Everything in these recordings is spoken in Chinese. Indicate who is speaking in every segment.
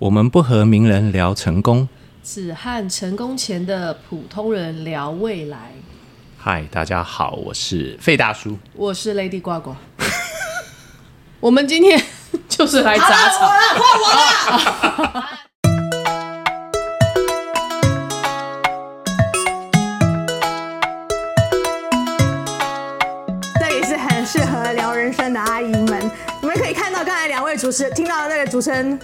Speaker 1: 我们不和名人聊成功。
Speaker 2: 只和成功前的普通人聊未来。
Speaker 1: 嗨，大家好，我是费大叔。
Speaker 2: 我是 Lady 呱呱， 我们今天就是来砸场。
Speaker 3: 这里是很适合聊人生的阿姨们。你们可以看到刚才两位主持，听到那个主持人，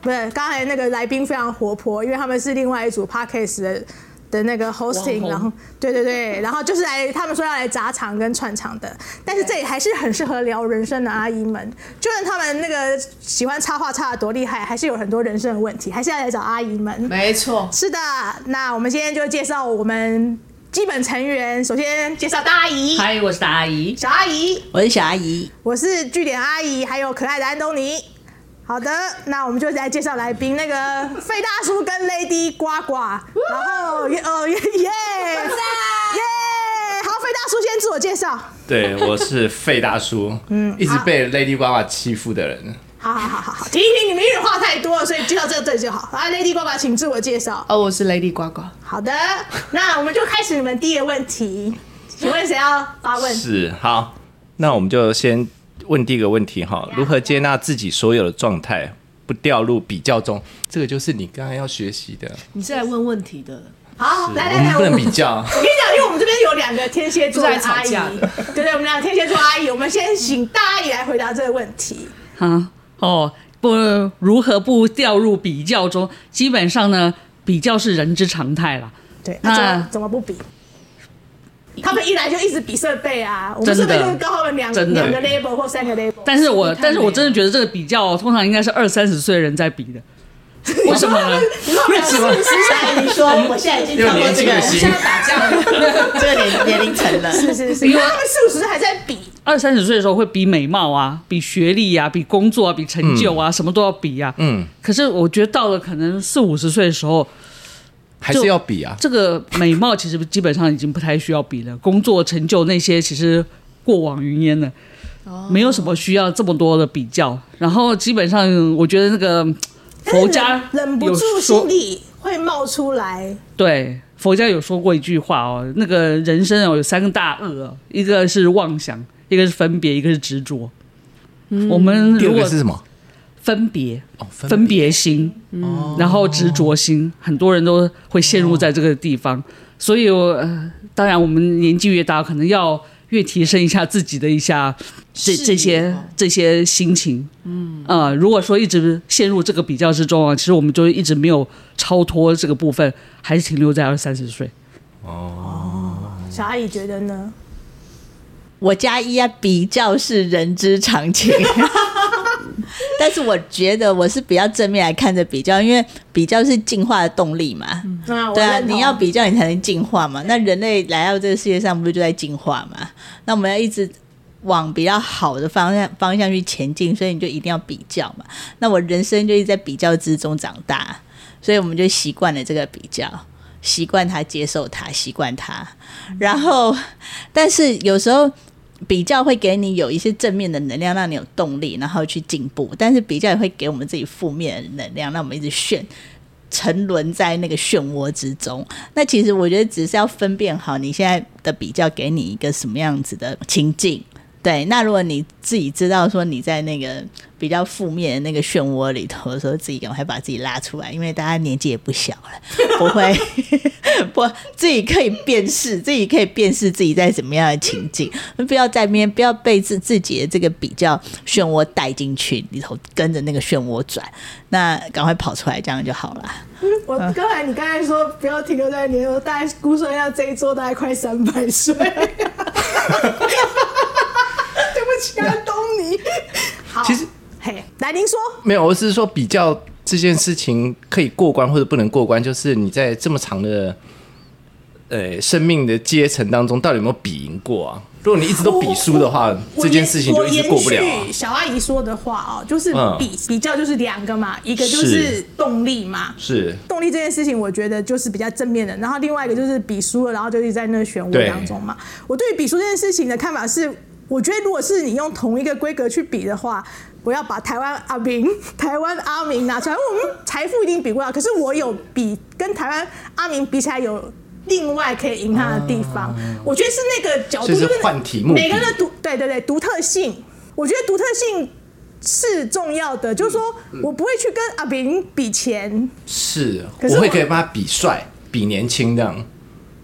Speaker 3: 不是刚才那个来宾非常活泼，因为他们是另外一组 podcast 的的那个 hosting，
Speaker 2: 网红
Speaker 3: 然后对对对， 然后就是来他们说要来砸场跟串场的，但是这里还是很适合聊人生的阿姨们，就算他们那个喜欢插画插的多厉害，还是有很多人生的问题，还是要来找阿姨们。
Speaker 2: 没错，
Speaker 3: 是的，那我们今天就介绍我们基本成员，首先介绍大阿姨，
Speaker 2: 嗨，我是大阿姨。
Speaker 3: 小阿姨。
Speaker 4: 我是小阿姨，
Speaker 3: 我是据点阿姨，还有可爱的安东尼。好的，那我们就来介绍来宾，那个费大叔跟 Lady 呱呱，然后耶哦耶耶耶，好，费大叔先自我介绍，
Speaker 1: 对，我是费大 叔，嗯，一直被 Lady 娃娃欺负的人。
Speaker 3: 好好好好好，停一停，你们一人话太多了，所以介绍这个对就好。啊，Lady 呱呱，请自我介绍。
Speaker 2: 哦，我是 Lady 呱呱。
Speaker 3: 好的，那我们就开始你们第一个问题，请问谁要发问？
Speaker 1: 是，好，那我们就先问第一个问题哈，如何接纳自己所有的状态，不掉入比较中？这个就是你刚才要学习的。
Speaker 2: 你是来问问题的，
Speaker 3: 好，来
Speaker 1: 我
Speaker 3: 来
Speaker 1: 们
Speaker 3: 来，
Speaker 1: 不
Speaker 3: 我
Speaker 1: 能
Speaker 3: 们
Speaker 1: 比 较。
Speaker 3: 我跟你讲，因为我们这边有两个天蝎座的
Speaker 2: 不是来
Speaker 3: 阿
Speaker 2: 吵
Speaker 3: 姨
Speaker 2: 架的，
Speaker 3: 对对，我们两个天蝎座阿姨，我们先请大阿姨来回答这个问题。
Speaker 4: 啊，哦，不如何不掉入比较中？基本上呢，比较是人之常态啦。
Speaker 3: 对，
Speaker 4: 那
Speaker 3: 那怎么怎么不比？他们一来就一直比设备啊，我们
Speaker 4: 真的
Speaker 3: 设备就是高他们两
Speaker 4: 真的
Speaker 3: 两个 label 或三个 label。
Speaker 4: 但是我，但是我
Speaker 2: 美
Speaker 4: 真的觉得这个比较，通常应该是二三十岁的人在比的。为什么呢？
Speaker 3: 你说什么？
Speaker 5: 大姨说：“我现在已经
Speaker 1: 又
Speaker 5: 跳过
Speaker 1: 年
Speaker 5: 这
Speaker 1: 轻
Speaker 5: 个
Speaker 1: 的心，
Speaker 5: 这个年年龄层了。
Speaker 3: 是是是，因为他们四五十岁还在比，
Speaker 4: 二三十岁的时候会比美貌啊，比学历啊，比工作啊，比成就啊，什么都要比啊。
Speaker 1: 嗯，
Speaker 4: 可是我觉得到了可能四五十岁的时候，
Speaker 1: 还是要比啊。
Speaker 4: 这个美貌其实基本上已经不太需要比了，工作成就那些其实过往云烟了，
Speaker 3: 哦
Speaker 4: 没有什么需要这么多的比较。然后基本上，我觉得那个嗯佛家
Speaker 3: 哎忍忍不
Speaker 4: 有
Speaker 3: 住
Speaker 4: 说
Speaker 3: 心里会冒出来。
Speaker 4: 对佛家有说过一句话哦，那个人生哦有三个大恶、哦，一个是妄想，一个是分别，一个是执着。
Speaker 3: 嗯
Speaker 4: 我们
Speaker 1: 第二
Speaker 4: 如果
Speaker 1: 个是什么？
Speaker 4: 分别，
Speaker 1: 哦，
Speaker 4: 哦分别心，然后执着心，很多人都会陷入在这个地方。所以我，呃，当然我们年纪越大，可能要越提升一下自己的一下这
Speaker 2: 视野
Speaker 4: 这些
Speaker 2: 哦
Speaker 4: 这些心情。嗯，呃，如果说一直陷入这个比较之中啊，其实我们就一直没有超脱这个部分，还是停留在二三十岁。
Speaker 3: 小阿姨觉得呢？
Speaker 5: 我加一啊，比较是人之常情。 但是我觉得我是比较正面来看着比较，因为比较是进化的动力嘛。
Speaker 3: 啊，我
Speaker 5: 对啊，
Speaker 3: 认同
Speaker 5: 你要比较你才能进化嘛。那人类来到这个世界上，不是就在进化嘛？那我们要一直往比较好的方向方向去前进，所以你就一定要比较嘛。那我人生就一直在比较之中长大，所以我们就习惯了这个比较，习惯它，接受它，习惯它。然后，但是有时候。比较会给你有一些正面的能量，让你有动力，然后去进步。但是比较也会给我们自己负面的能量，让我们一直炫沉沦在那个漩涡之中。那其实我觉得只是要分辨好你现在的比较给你一个什么样子的情境。对，那如果你自己知道说你在那个比较负面的那个漩涡里头的时候，自己赶快把自己拉出来，因为大家年纪也不小了， 不会不自己可以辨识，自己可以辨识自己在什么样的情境，不要在面不要被自自己的这个比较漩涡带进去里头，跟着那个漩涡转，那赶快跑出来，这样就好了。
Speaker 3: 我刚才你刚才说不要停留在年头，大概估算一下这一桌大概快三百岁。 对不起，安东尼。好，
Speaker 1: 其实
Speaker 3: 嘿，来您说，
Speaker 1: 没有，我是说比较这件事情可以过关或者不能过关，就是你在这么长的呃生命的阶层当中，到底有没有比赢过啊？如果你一直都比输的话，
Speaker 3: 我
Speaker 1: 这件事情就一直过不了
Speaker 3: 我
Speaker 1: 啊
Speaker 3: 延续。小阿姨说的话哦，就是
Speaker 1: 嗯
Speaker 3: 比比较就是两个嘛，一个就是是动力嘛。
Speaker 1: 是，
Speaker 3: 动力这件事情，我觉得就是比较正面的。然后另外一个就是比输了，然后就一直在那个漩涡
Speaker 1: 对
Speaker 3: 当中嘛。我对于比输这件事情的看法是，我觉得如果是你用同一个规格去比的话，我要把台湾阿明、 台湾阿明拿出来，因为我们财富一定比不了，可是我有比跟台湾阿明比起来有。另外可以赢他的地
Speaker 1: 啊
Speaker 3: 方，我觉得是那个角度，
Speaker 1: 所以
Speaker 3: 就是是
Speaker 1: 换题目
Speaker 3: 每个人的独对对对独特性，我觉得独特性是重要的，就是说
Speaker 1: 嗯
Speaker 3: 我不会去跟阿明比钱，
Speaker 1: 是，
Speaker 3: 可是
Speaker 1: 我会
Speaker 3: 我
Speaker 1: 可以帮他比帅、比年轻这样。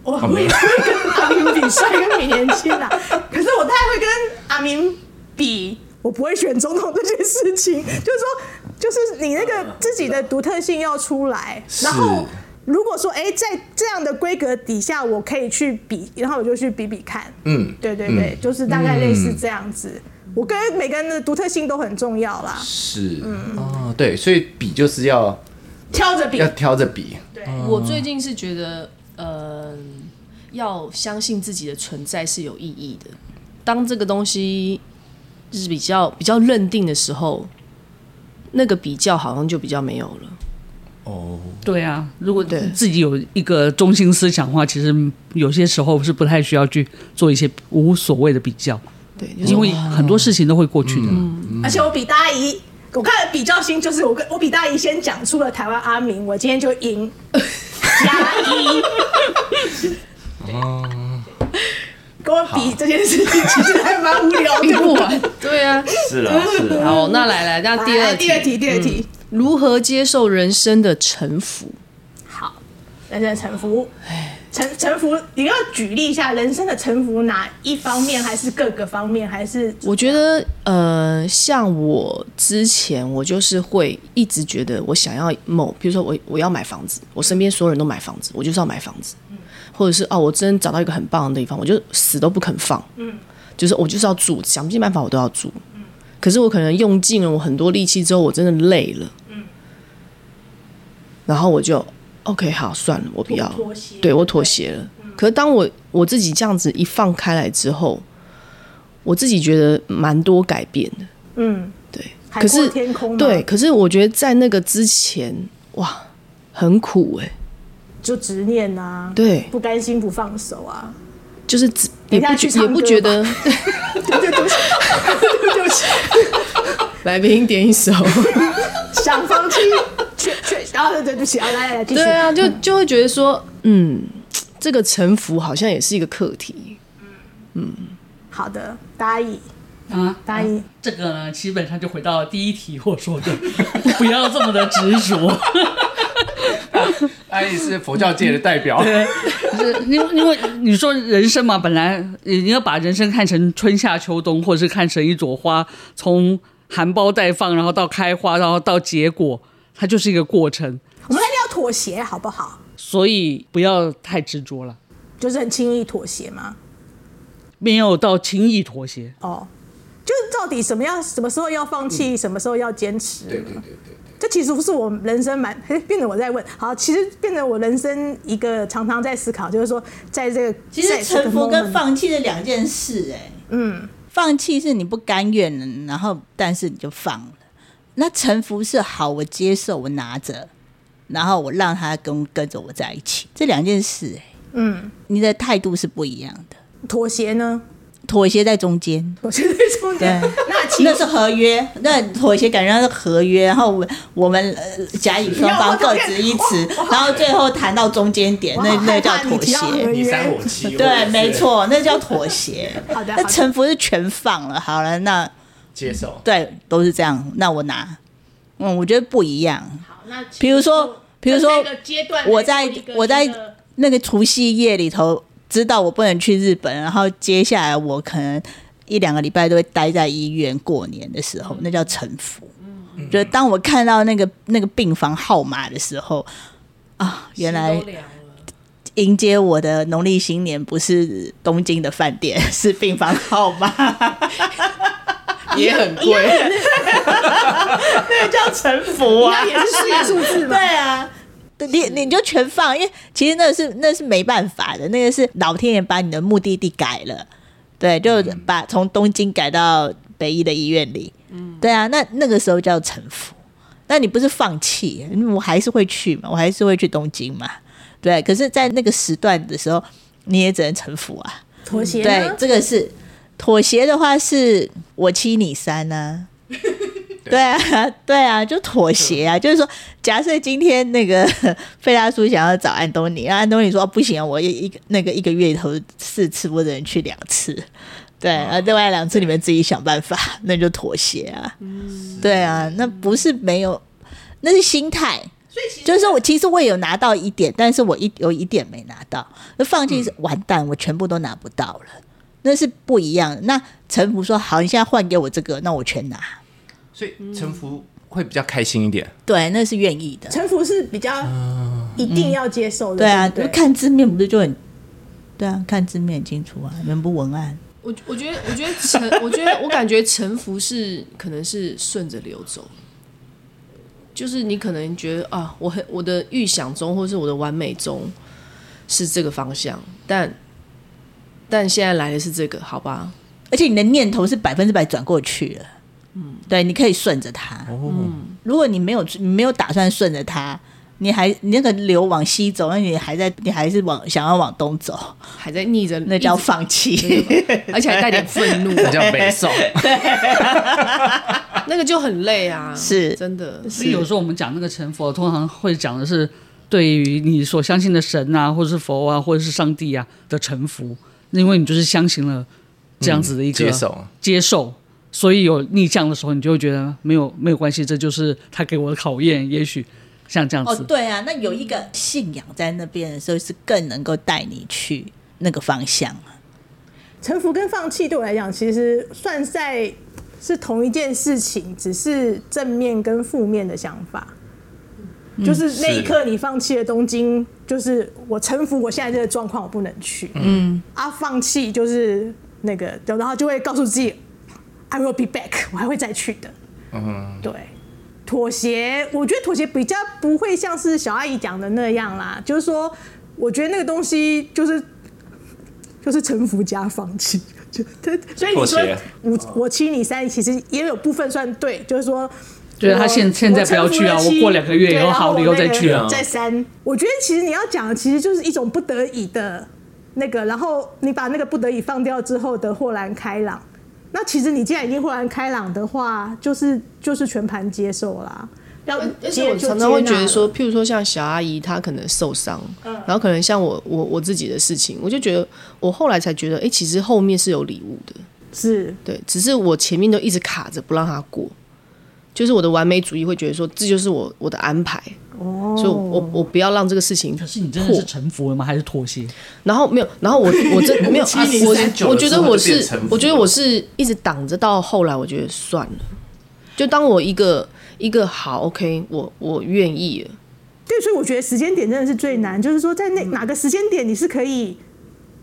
Speaker 3: 我
Speaker 1: 好
Speaker 3: 我
Speaker 1: 没
Speaker 3: 也
Speaker 1: 有
Speaker 3: 会跟阿明比帅跟比年轻啊， 可是我太会跟阿明比，我不会选总统这件事情，就是说，就是你那个自己的独特性要出来，然后。如果说，哎、在这样的规格底下，我可以去比，然后我就去比比看。
Speaker 1: 嗯
Speaker 3: 对对对，就是大概类似这样子。我跟每个人的独特性都很重要啦，
Speaker 1: 是，哦，对，所以比就是要
Speaker 3: 挑着比
Speaker 1: 要。挑着比，
Speaker 6: 我最近是觉得，呃，要相信自己的存在是有意义的。当这个东西就是比较比较认定的时候，那个比较好像就比较没有了。
Speaker 4: 对啊，如果
Speaker 6: 对
Speaker 4: 自己有一个中心思想的话，其实有些时候是不太需要去做一些无所谓的比较，
Speaker 6: 对，就是
Speaker 4: 因为很多事情都会过去的。
Speaker 6: 嗯
Speaker 3: 而且我比大姨，我看的比较心就是我跟我比大姨先讲出了台湾阿明，我今天就 赢。加一。
Speaker 6: 哦
Speaker 3: 跟我比这件事情其实还蛮无聊
Speaker 6: 比不
Speaker 3: 的。
Speaker 6: 完。对啊，
Speaker 7: 是啦，是啦，
Speaker 6: 好， 那来来，那第
Speaker 3: 来
Speaker 6: 二
Speaker 3: 哎
Speaker 6: 嗯
Speaker 3: 第二，题，第二题，
Speaker 6: 如何接受人生的沉浮？
Speaker 3: 好，人生的沉浮，
Speaker 6: 哎
Speaker 3: 沉沉浮，你要举例一下人生的沉浮哪一方面，还是各个方面，还是
Speaker 6: 我觉得，呃，像我之前，我就是会一直觉得我想要某，比如说我我要买房子，我身边所有人都买房子，我就是要买房子，或者是哦，我真找到一个很棒的地方，我就死都不肯放，嗯，就是我就是要住，想尽办法我都要住，可是我可能用尽了我很多力气之后，我真的累了，然后我就 OK，好，算了，我不要了，
Speaker 3: 妥协？
Speaker 6: 对我妥协了。可是当我我自己这样子一放开来之后，我自己觉得蛮多改变的，
Speaker 3: 嗯，
Speaker 6: 对。
Speaker 3: 海
Speaker 6: 可
Speaker 3: 阔
Speaker 6: 是
Speaker 3: 天空嘛
Speaker 6: 对，，可是我觉得在那个之前，哇，很苦哎、
Speaker 3: 就执念啊，
Speaker 6: 对，
Speaker 3: 不甘心不放手啊，
Speaker 6: 就是只也
Speaker 3: 等一下
Speaker 6: 不
Speaker 3: 去
Speaker 6: 觉
Speaker 3: 唱
Speaker 6: 也不
Speaker 3: 歌
Speaker 6: 觉得。 来宾点一 首，
Speaker 3: 想放 弃，却却，然后对对不起啊，来来来，继续
Speaker 6: 对，啊，就就会觉得说，嗯，这个沉浮好像也是一个课题。
Speaker 3: 好的，答应
Speaker 4: 啊，
Speaker 3: 答
Speaker 5: 嗯
Speaker 3: 应。
Speaker 4: 这个呢，基本上就回到第一题我说的， 不要这么的执着。
Speaker 1: 安逸是佛教界的代表，
Speaker 4: 嗯就是因为因为你说人生嘛，本来你要把人生看成春夏秋冬，或者是看成一朵花，从含苞待放，然后到开花，然后到结果，它就是一个过程，
Speaker 3: 我们来聊妥协好不好？
Speaker 4: 所以不要太执着了，
Speaker 3: 就是很轻易妥协吗？
Speaker 4: 没有到轻易妥协。
Speaker 3: 哦，就是到底什么样，什么时候要放弃，
Speaker 5: 嗯
Speaker 3: 什么时候要坚持？对对对对这其实是我人生蛮， 嘿变成我在问。好，其实变成我人生一个常常在思考，就是说，在这个
Speaker 5: 其实臣服跟，
Speaker 3: 在这个 moment
Speaker 5: 放弃是两件事、哎，嗯，放弃是你不甘愿，然后但是你就放了。那臣服是好，我接受，我拿着，然后我让他跟跟着我在一起，这两件事、哎，
Speaker 3: 嗯，
Speaker 5: 你的态度是不一样的。
Speaker 3: 妥协 呢？
Speaker 5: 妥协在中间，
Speaker 3: 妥协在中间
Speaker 5: 对。
Speaker 3: 那其
Speaker 5: 那是合约，那妥协感觉上是合约，然后我我们呃甲乙双方各执一词，然后最后谈到中间点，
Speaker 3: 我
Speaker 5: 那
Speaker 3: 好
Speaker 5: 那
Speaker 3: 害
Speaker 5: 叫
Speaker 3: 怕你
Speaker 5: 妥
Speaker 3: 提到合
Speaker 5: 协。
Speaker 3: 约
Speaker 7: 你三我七，我也
Speaker 5: 对，
Speaker 7: 是
Speaker 5: 没。错，那叫妥协。
Speaker 3: 好的，好
Speaker 5: 那
Speaker 3: 的
Speaker 5: 臣服是全放了，好了，那
Speaker 1: 接受
Speaker 5: 对都是这样，那我拿。嗯，我觉得不一样。
Speaker 3: 好那其实
Speaker 5: 比如说，比如说
Speaker 3: 在这个阶段来
Speaker 5: 我
Speaker 3: 做
Speaker 5: 在
Speaker 3: 一个
Speaker 5: 我在
Speaker 3: 一个
Speaker 5: 那个除夕夜里头，知道我不能去日本，然后接下来我可能一两个礼拜都会待在医院过年的时候，那
Speaker 3: 嗯
Speaker 5: 叫臣服。
Speaker 6: 嗯
Speaker 5: 就当我看到那个那个病房号码的时候，啊，原来迎接我的农历新年不是东京的饭店， 是病房号码，
Speaker 6: 也很贵，
Speaker 5: 那个叫臣服啊，
Speaker 3: 也是事业数字嘛
Speaker 5: 对。啊，你你就全放，因为其实那是那是没办法的，那个是老天爷把你的目的地改了，对，就把从东京改到北医的医院里，对啊，那那个时候叫臣服。那你不是放弃？嗯我还是会去嘛，我还是会去东京嘛，对。可是，在那个时段的时候，你也只能臣服啊。
Speaker 3: 妥协
Speaker 5: 对
Speaker 3: 呢，？
Speaker 5: 这个是妥协的话，是我七你三呢、啊对啊， 对啊，就妥协啊，就是说，假设今天那个费拉苏想要找安东尼，然后安东尼说、哦不行，我一一个那个一个月里头四次，我只能去两次。对，啊，另外两次你们自己想办法，那就妥协啊。对啊，那不是没有，那是心态。就是说我其实我有拿到一点，但是我一有一点没拿到，那放弃是完蛋，我全部都拿不到了，那是不一样的。那臣服说好，你现在换给我这个，那我全拿。
Speaker 1: 所以臣服会比较开心一点。
Speaker 5: 对，那是愿意的。
Speaker 3: 臣服是比较一定要接受的，
Speaker 5: 对啊，
Speaker 3: 对
Speaker 5: 就
Speaker 3: 不对
Speaker 5: 看字面不是就很，对啊，看字面很清楚啊，文不文案。
Speaker 6: 我我觉得，我觉得沉，我觉得我感觉沉浮是可能是顺着流走，就是你可能觉得啊，我很我的预想中或是我的完美中是这个方向，但但现在来的是这个，好吧？
Speaker 5: 而且你的念头是百分之百转过去了，嗯，哦对，你可以顺着它。如果你没有你没有打算顺着它，你还你那个流往西走，那你还在你还是往想要往东走，
Speaker 6: 还在逆着，
Speaker 5: 那叫放弃。
Speaker 6: 而且还带点愤怒，啊
Speaker 1: 那叫北宋，
Speaker 6: 那个就很累啊，
Speaker 5: 是
Speaker 6: 真的，
Speaker 4: 所以有时候我们讲那个成佛，通常会讲的是对于你所相信的神啊，或者是佛啊，或者是上帝啊的臣服，因为你就是相信了这样子的一个、
Speaker 1: 接受。
Speaker 4: 嗯接受，所以有逆向的时候，你就会觉得没有没有关系，这就是他给我的考验。也许像这样
Speaker 5: 哦，
Speaker 4: 子，
Speaker 5: 对啊，那有一个信仰在那边的时候，是更能够带你去那个方向啊。
Speaker 3: 臣服跟放弃对我来讲，其实算在是同一件事情，只是正面跟负面的想法。就是那一刻你放弃了东京，就是我臣服我现在这个状况，我不能去。嗯，啊，放弃就是那个，然后就会告诉自己，I will be back，我还会再去的。嗯，对。妥协，我觉得妥协比较不会像是小阿姨讲的那样啦，就是说，我觉得那个东西就是就是臣服加放弃。 就对，所以你说
Speaker 1: 妥协
Speaker 3: 我我欺你三，其实也有部分算对，就是说
Speaker 4: 对
Speaker 3: 我
Speaker 4: 他现现在不要去啊
Speaker 3: 我臣服了七
Speaker 4: 我过两个月以后
Speaker 3: 对然
Speaker 4: 好了以后再去啊
Speaker 3: 我那个再删。我觉得其实你要讲的其实就是一种不得已的那个，然后你把那个不得已放掉之后的豁然开朗。那其实你既然已经豁然开朗的话，就是就是全盘接受啦。要
Speaker 6: 而且
Speaker 3: 接
Speaker 6: 我
Speaker 3: 就
Speaker 6: 常常会
Speaker 3: 接
Speaker 6: 觉
Speaker 3: 纳
Speaker 6: 得
Speaker 3: 了
Speaker 6: 说，譬如说像小阿姨她可能受伤，然后可能像我我我自己的事情，我就觉得我后来才觉得，哎、其实后面是有礼物的，
Speaker 3: 是
Speaker 6: 对，只是我前面都一直卡着不让她过，就是我的完美主义会觉得说这就是我我的安排，哦，所以我我我不要让这个事情
Speaker 4: 可是你真的是臣服了吗？还是妥协？
Speaker 6: 然后没有，然后我我真没有，啊我
Speaker 1: 久了
Speaker 6: 我觉
Speaker 1: 之
Speaker 6: 得
Speaker 1: 后
Speaker 6: 我
Speaker 1: 就变
Speaker 6: 是
Speaker 1: 臣服，
Speaker 6: 我觉得我是一直挡着，到后来我觉得算了。就当我一个一个好 OK，我我愿意了，
Speaker 3: 对，所以我觉得时间点真的是最难，就是说在那哪个时间点你是可以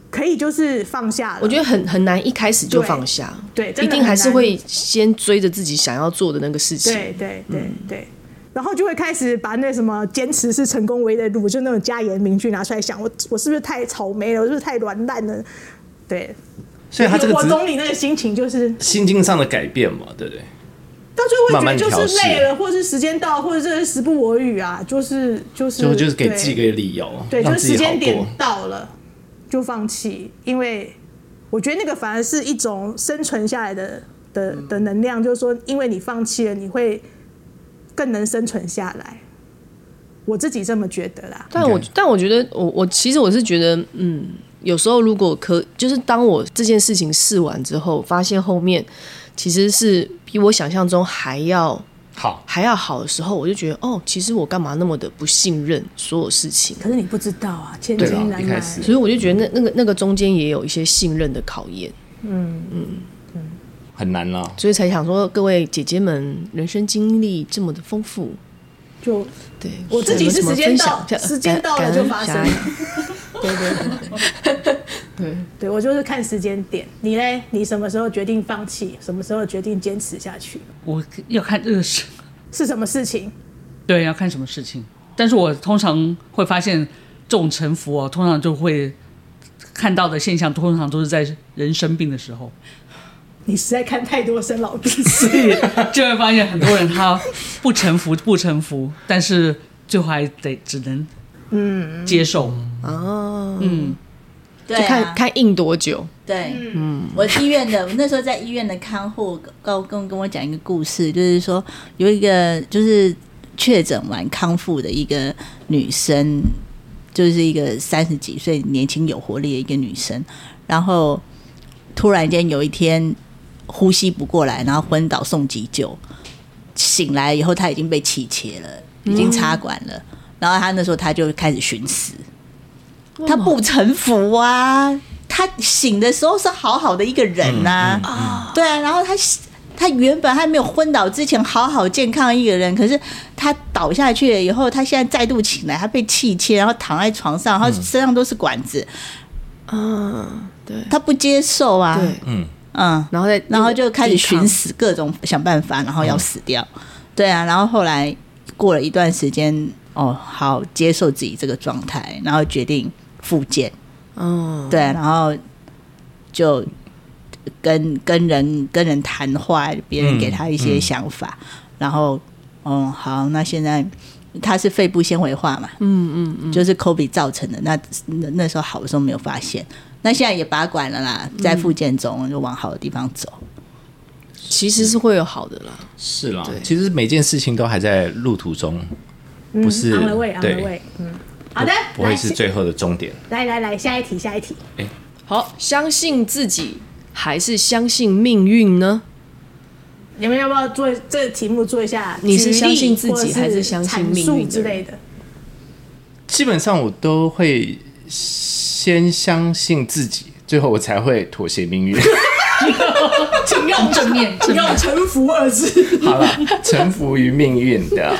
Speaker 3: 可以就是放下了。
Speaker 6: 我觉得很很难一开始就放下，
Speaker 3: 对对真
Speaker 6: 一
Speaker 3: 的
Speaker 6: 定还是
Speaker 3: 很难
Speaker 6: 会先追着自己想要做的那个事情。
Speaker 3: 对对对
Speaker 1: 嗯
Speaker 3: 对。然后就会开始把那什么坚持是成功唯一的路，就那种家言名句拿出来想，我我是不是太草莓了？我是不是太软烂了？对，
Speaker 1: 所以他这个
Speaker 3: 我
Speaker 1: 只
Speaker 3: 懂
Speaker 1: 是
Speaker 3: 你那个心情，就是
Speaker 1: 心境上的改变嘛，对不
Speaker 3: 嗯
Speaker 1: 对？
Speaker 3: 到最后
Speaker 1: 慢
Speaker 3: 会
Speaker 1: 慢
Speaker 3: 觉得就是
Speaker 1: 调
Speaker 3: 累
Speaker 1: 试
Speaker 3: 了，或是时间到，或者这是时不我与啊，就是就是
Speaker 1: 所以我就是给自己一
Speaker 3: 对
Speaker 1: 个理由，
Speaker 3: 对，就
Speaker 1: 让自
Speaker 3: 是
Speaker 1: 己
Speaker 3: 时
Speaker 1: 好
Speaker 3: 间点
Speaker 1: 过。
Speaker 3: 到了就放弃，因为我觉得那个反而是一种生存下来的的
Speaker 1: 嗯
Speaker 3: 的能量，就是说，因为你放弃了，你会更能生存下来。我自己这么觉得啦。
Speaker 6: 但我
Speaker 1: OK
Speaker 6: 但我觉得，我我其实我是觉得，嗯，有时候如果可，就是当我这件事情试完之后，发现后面其实是比我想象中还要
Speaker 1: 好，
Speaker 6: 还要好的时候，我就觉得哦，其实我干嘛那么的不信任所有事情？
Speaker 3: 可是你不知道啊，千
Speaker 1: 对啦
Speaker 3: 金难
Speaker 1: 一
Speaker 3: 买
Speaker 1: 开。始
Speaker 6: 所以我就觉得那那个那个中间也有一些信任的考验，
Speaker 1: 很难啦。
Speaker 6: 所以才想说各位姐姐们人生经历这么的丰富，
Speaker 3: 就
Speaker 6: 对
Speaker 3: 我自己是时间到
Speaker 6: 有没有什么分享
Speaker 3: 时间到了就发生。
Speaker 6: 感恩感恩对对对
Speaker 3: 对我就是看时间点。你嘞？你什么时候决定放弃？什么时候决定坚持下去？
Speaker 4: 我要看这个事，
Speaker 3: 是什么事情？
Speaker 4: 对，要看什么事情。但是我通常会发现，这种臣服哦，通常就会看到的现象，通常都是在人生病的时候。
Speaker 3: 你实在看太多生老病死。
Speaker 4: 就会发现很多人他不臣服，不臣服，但是最后还得只能嗯接受。
Speaker 6: 哦，
Speaker 4: 嗯，
Speaker 5: 对啊
Speaker 6: 就看看硬多久，
Speaker 5: 对，嗯，我医院的，我那时候在医院的看护告跟跟我讲一个故事，就是说有一个就是确诊完康复的一个女生，就是一个三十几岁年轻有活力的一个女生，然后突然间有一天呼吸不过来，然后昏倒送急救，醒来以后她已经被气切了，已经插管了，然后她那时候她就开始寻死，她不臣服啊。她醒的时候是好好的一个人呐、对啊，然后他他原本还没有昏倒之前好好健康一个人，可是他倒下去了以后，他现在再度醒来，他被气切，然后躺在床上，然后身上都是管子，
Speaker 6: 嗯，对
Speaker 5: 他不接受啊，
Speaker 6: 对，
Speaker 1: 嗯，
Speaker 5: 嗯，
Speaker 6: 然后再
Speaker 5: 然后就开始寻死，各种想办法，然后要死掉，对啊，然后后来过了一段时间，哦，好接受自己这个状态，然后决定复健，
Speaker 6: 嗯，
Speaker 5: 对，然后就跟跟人跟人谈话，别人给他一
Speaker 4: 嗯
Speaker 5: 些想法，然后嗯，好，那现在他是肺部纤维化嘛，嗯嗯嗯，就是 COVID 造成的，那那那时候好的时候没有发现，那现在也拔管了啦，
Speaker 4: 嗯
Speaker 5: 在复健中就往好的地方走，
Speaker 6: 其实是会有好的啦。
Speaker 1: 是啦
Speaker 6: 对，
Speaker 1: 其实每件事情都还在路途中，不是
Speaker 3: 嗯 on the way，on the
Speaker 1: 对，
Speaker 3: way。嗯，好的，
Speaker 1: 不会
Speaker 3: 来
Speaker 1: 是最后的终点。
Speaker 3: 来来来，下一题，下一题。
Speaker 6: 好，相信自己还是相信命运呢？
Speaker 3: 你们要不要做这个题目做一下举例？
Speaker 6: 你是相信自己
Speaker 3: 或者
Speaker 6: 还是相信命运
Speaker 3: 阐述之类的？
Speaker 1: 基本上我都会先相信自己，最后我才会妥协命运。
Speaker 4: 请用正面，正面
Speaker 3: 要臣服二字。
Speaker 1: 好了， 臣服于命运的，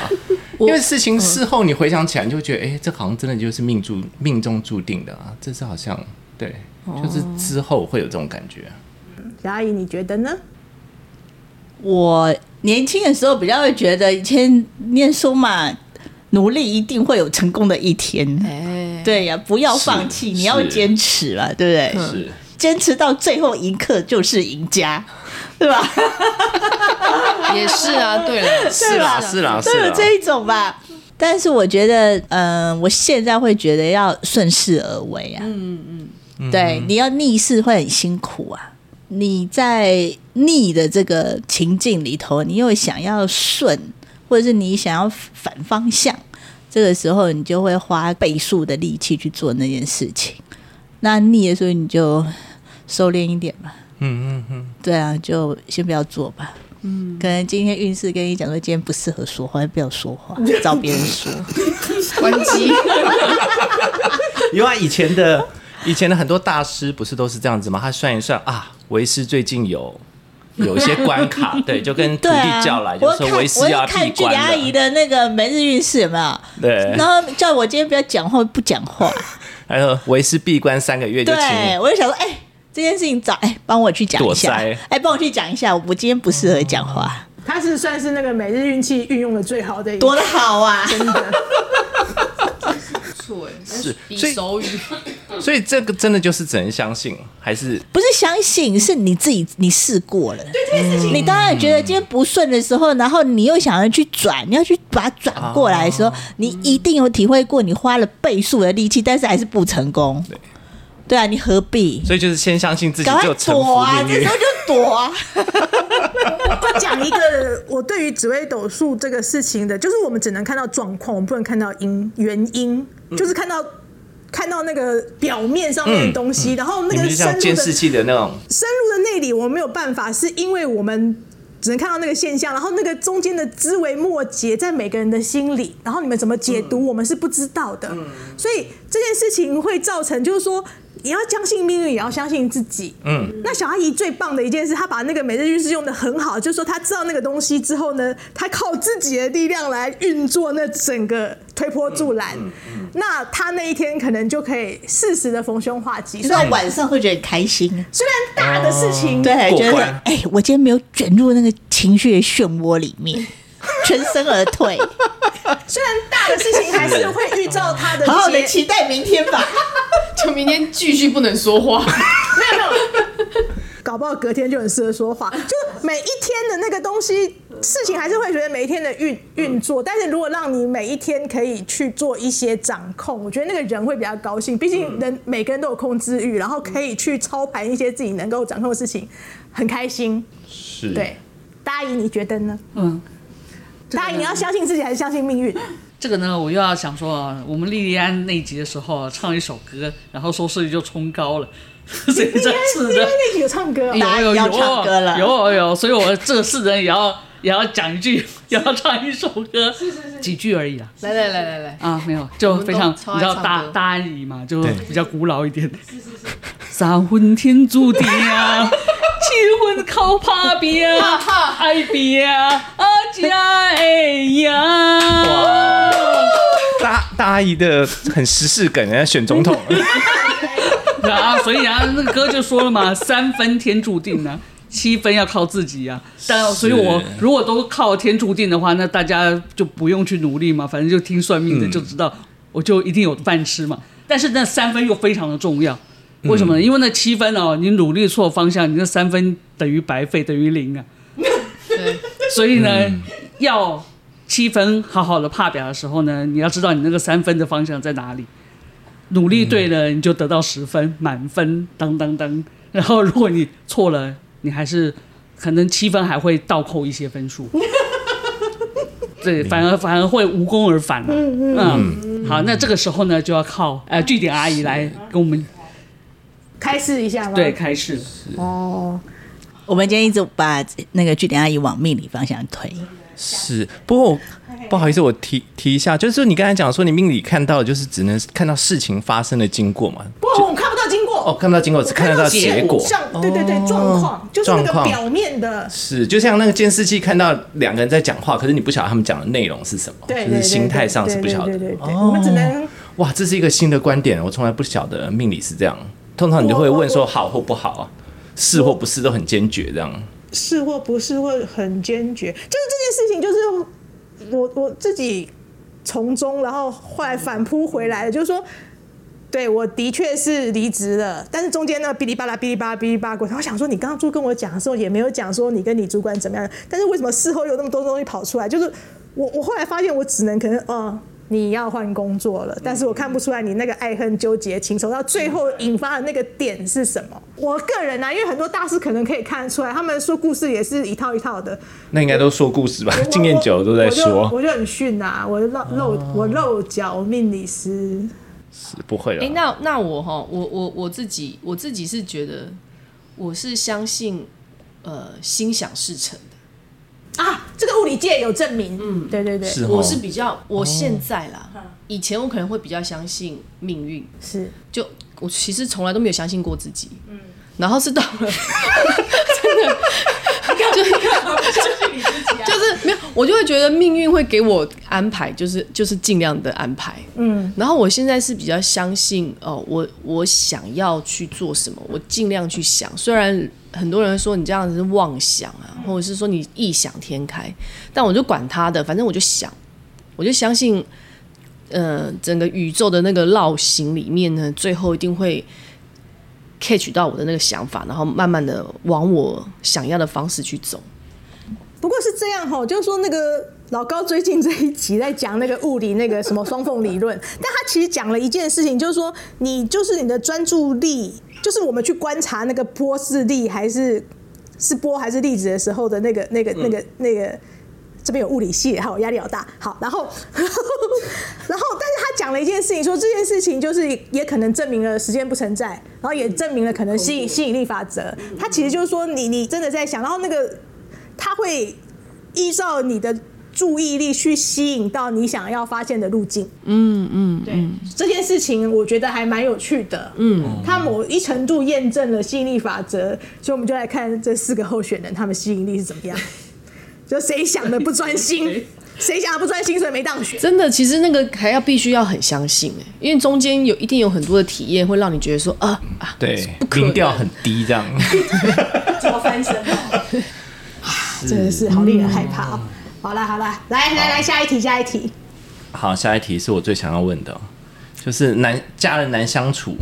Speaker 1: 因为事情事后你回想起来，你就会觉得，哎、这好像真的就是命注命中注定的啊，这是好像对，
Speaker 5: 哦
Speaker 1: 就是之后会有这种感觉。
Speaker 3: 小阿姨，你觉得呢？
Speaker 5: 我年轻的时候比较会觉得以前念书嘛，努力一定会有成功的一天。
Speaker 6: 哎，
Speaker 5: 对呀、不要放弃，
Speaker 1: 是
Speaker 5: 你要
Speaker 1: 是
Speaker 5: 坚持了，对不对？
Speaker 1: 是，
Speaker 5: 坚持到最后一刻就是赢家，对吧？
Speaker 1: 啊
Speaker 6: 也是啊，对了，
Speaker 1: 是啦，是啦，
Speaker 5: 都
Speaker 1: 是啊
Speaker 5: 有
Speaker 1: 啦，
Speaker 5: 这一种吧。但是我觉得，嗯、我现在会觉得要顺势而为啊。嗯嗯，对，你要逆势会很辛苦啊。你在逆的这个情境里头，你又想要顺，或者是你想要反方向，这个时候你就会花倍数的力气去做那件事情。那逆的时候你就收敛一点吧。
Speaker 1: 嗯嗯嗯，
Speaker 5: 对啊，就先不要做吧。嗯，可能今天运势跟你讲说今天不适合说话，不要说 话，找别人说。
Speaker 6: 关机。
Speaker 1: 因为以前的以前的很多大师不是都是这样子吗？他算一算啊，为师最近有。有一些关 卡，对，就跟徒
Speaker 5: 对啊
Speaker 1: 弟，叫来，就
Speaker 5: 我
Speaker 1: 说
Speaker 5: 看我
Speaker 1: 为师
Speaker 5: 有
Speaker 1: 要
Speaker 5: 看
Speaker 1: 闭
Speaker 5: 距离
Speaker 1: 关
Speaker 5: 阿
Speaker 1: 了，
Speaker 5: 姨的那个每日运势有没有？
Speaker 1: 对
Speaker 5: 然，后叫我今天不要讲话，不 讲话。
Speaker 1: 还有为师闭关三个月就
Speaker 5: 对，
Speaker 1: 请
Speaker 5: 我就想说，哎、这件事情找哎，帮我去讲一下
Speaker 1: 躲灾，
Speaker 5: 哎，帮我去讲一下，我今天不适合讲话，
Speaker 3: 他是算是那个每日运气运用的最好的一
Speaker 5: 哦多
Speaker 3: 个。
Speaker 5: 的好 啊！
Speaker 3: 真的，
Speaker 6: 错，哎
Speaker 1: 是
Speaker 6: 比
Speaker 1: 所以
Speaker 6: 手语。
Speaker 1: 所以这个真的就是只能相信，还是
Speaker 5: 不是相信，是你自己你试过了。对这件事情，你当然觉得今天不顺的时候，然后你又想要去转，你要去把它转过来的时候，
Speaker 1: 嗯
Speaker 5: 你一定有体会过，你花了倍数的力气，但是还是不成功。对，啊，你何必？
Speaker 1: 所以就是先相信自己
Speaker 5: 赶，快
Speaker 1: 就臣
Speaker 5: 躲
Speaker 1: 服
Speaker 5: 啊！
Speaker 1: 命
Speaker 5: 这时
Speaker 1: 运
Speaker 5: 候。就躲 啊！
Speaker 3: 我讲一个我对于紫微斗数这个事情的，就是我们只能看到状况，我们不能看到因原因，就是看到看到那个表面上面的东西，然后
Speaker 1: 嗯你们
Speaker 3: 那个
Speaker 1: 就
Speaker 3: 深
Speaker 1: 像
Speaker 3: 入
Speaker 1: 监
Speaker 3: 的
Speaker 1: 视器的那种，
Speaker 3: 深入的内里，我没有办法，是因为我们只能看到那个现象，然后那个中间的枝微末节在每个人的心里，然后你们怎么解读，我们是不知道的。所以这件事情会造成，就是说。也要相信命运，也要相信自己。嗯，那小阿姨最棒的一件事，她把那个每日运势用的很好，就是说她知道那个东西之后呢，她靠自己的力量来运作那整个推波助澜。那她那一天可能就可以适时的逢凶化吉。
Speaker 5: 你
Speaker 3: 虽然
Speaker 5: 到晚上会觉得很开心，
Speaker 3: 虽然大的事情，
Speaker 5: 对，
Speaker 1: 嗯过
Speaker 5: 觉得
Speaker 1: 关
Speaker 5: 哎，我今天没有卷入那个情绪的漩涡里面， 全身而退。
Speaker 3: 虽然大的事情还是会遇到他的
Speaker 5: 好好的
Speaker 3: 结
Speaker 5: 期待明天吧。
Speaker 6: 就明天继续不能说话。
Speaker 3: 搞不好隔天就很适合说话。就每一天的那个东西，事情还是会觉得每一天的运运作，但是如果让你每一天可以去做一些掌控，我觉得那个人会比较高兴。毕竟人每个人都有控制欲，然后可以去操盘一些自己能够掌控的事情，很开心。
Speaker 7: 是，
Speaker 3: 对，大姨你觉得呢？
Speaker 4: 嗯，
Speaker 3: 大姨你要相信自己还是相信命运？
Speaker 4: 这个呢，我又要想说啊，我们莉莉安那一集的时候啊唱一首歌，然后收视率就冲高了， 所以这次
Speaker 3: 因为
Speaker 4: 呢，
Speaker 3: 那集有唱歌哦，
Speaker 5: 大家
Speaker 4: 有
Speaker 5: 要
Speaker 4: 有
Speaker 5: 唱歌了
Speaker 4: 有有有，所以我这次呢也要 也要讲一句，也要唱一首歌，几句而已啦。 啊
Speaker 6: 来来来来来，
Speaker 4: 啊，没有，就非
Speaker 6: 我
Speaker 4: 常
Speaker 6: 们都超爱
Speaker 4: 你知道
Speaker 6: 唱
Speaker 4: 大
Speaker 6: 歌
Speaker 4: 大安姨嘛，就比较古老一点。三婚天注定啊， 七婚靠打拼啊，爱拼啊，哎才会赢。
Speaker 1: 大大阿姨的很时事梗，人家选总统了，
Speaker 4: 啊，所以啊，那个歌就说了嘛，三分天注定啊，七分要靠自己啊。但所以我如果都靠天注定的话，那大家就不用去努力嘛，反正就听算命的就知道，我就一定有饭吃嘛。但是那三分又非常的重要，为什么呢？因为那七分哦，你努力错方向，你那三分等于白费，等于零啊。
Speaker 6: 对，
Speaker 4: 所以呢，要七分好好的帕表的时候呢，你要知道你那个三分的方向在哪里。努力对了，你就得到十分，满分，当当当。然后如果你错了，你还是可能七分还会倒扣一些分数。对，反而反而会无功而返了、啊嗯，好，那这个时候呢，就要靠呃据点阿姨来跟我们
Speaker 3: 开示一下吗？
Speaker 4: 对，开始。
Speaker 3: 哦，
Speaker 5: 我们今天一直把那个据点阿姨往命理方向推，
Speaker 1: 是。不过我不好意思，我提提一下，就是你刚才讲说你命里看到的就是只能看到事情发生的经过嘛，
Speaker 3: 不，我看不到经过，
Speaker 1: 哦，看不到经过，只看得到结果。
Speaker 3: 像对对对，状况就是那个表面的，
Speaker 1: 是，就像那个监视器看到两个人在讲话，可是你不晓得他们讲的内容是什么，
Speaker 3: 对，
Speaker 1: 就是心态上是不晓
Speaker 3: 对对
Speaker 1: 得
Speaker 3: 对。，我们只能
Speaker 1: 哇，这是一个新的观点，我从来不晓得命理是这样。通常你就会问说好或不好啊，是或不是都很坚决这样。
Speaker 3: 是或不是或很坚决，就是这件事情，就是我我自己从中，然后后来反扑回来了，就是说。对，我的确是离职了，但是中间那个哔哩吧啦、哔哩吧啦、哔哩吧啦过程，我想说，你刚刚就跟我讲的时候，也没有讲说你跟你主管怎么样，但是为什么事后有那么多东西跑出来？就是我，我后来发现，我只能可能，嗯，你要换工作了，但是我看不出来你那个爱恨纠结、情仇到最后引发的那个点是什么。我个人呢、啊，因为很多大师可能可以看得出来，他们说故事也是一套一套的，
Speaker 1: 那应该都说故事吧
Speaker 3: 我，
Speaker 1: 经验久了都在
Speaker 3: 我就
Speaker 1: 说，
Speaker 3: 我就很逊啊，我就漏漏我漏脚命理师，
Speaker 1: 是不会
Speaker 6: 哎、
Speaker 1: 了。
Speaker 6: 那那我哈，我我我自己我自己是觉得我是相信呃心想事成的。
Speaker 3: 啊，这个物理界有证明，嗯，对对对，
Speaker 1: 是哦
Speaker 6: 我是比较，我现在啦，以前我可能会比较相信命运，
Speaker 3: 是
Speaker 6: 就我其实从来都没有相信过自己。嗯，然后是 到了真的，就是就是没有，我就会觉得命运会给我安排，就是就是尽量的安排。嗯，然后我现在是比较相信哦，我我想要去做什么，我尽量去想。虽然很多人说你这样子是妄想啊，或者是说你异想天开，但我就管他的，反正我就想，我就相信呃，整个宇宙的那个绕行里面呢，最后一定会 catch 到我的那个想法，然后慢慢的往我想要的方式去走。
Speaker 3: 不过是这样哈，就是说那个老高最近这一集在讲那个物理那个什么双缝理论， 但他其实讲了一件事情，就是说你就是你的专注力，就是我们去观察那个波是力还是是波还是粒子的时候的那个那个那个那个。这边有物理系，还有压力好大。好，然后， 然后，然后，但是他讲了一件事情，说这件事情就是也可能证明了时间不存在，然后也证明了可能吸引吸引力法则。他其实就是说你你真的在想，然后那个他会依照你的注意力去吸引到你想要发现的路径。嗯嗯，对，这件事情我觉得还蛮有趣的。嗯，它某一程度验证了吸引力法则，所以我们就来看这四个候选人他们吸引力是怎 么样。就谁想的不专心，谁想的不专心，所以没当选。
Speaker 6: 真的，其实那个还要必须要很相信、欸、因为中间有一定有很多的体验会让你觉得说啊啊，
Speaker 1: 对
Speaker 6: 不，可能
Speaker 1: 民调很低这样。
Speaker 3: 真的是好令人害怕哦。好啦好啦，来来来，下一题下一题。
Speaker 1: 好，下一题是我最想要问的哦，就是难家人难相处，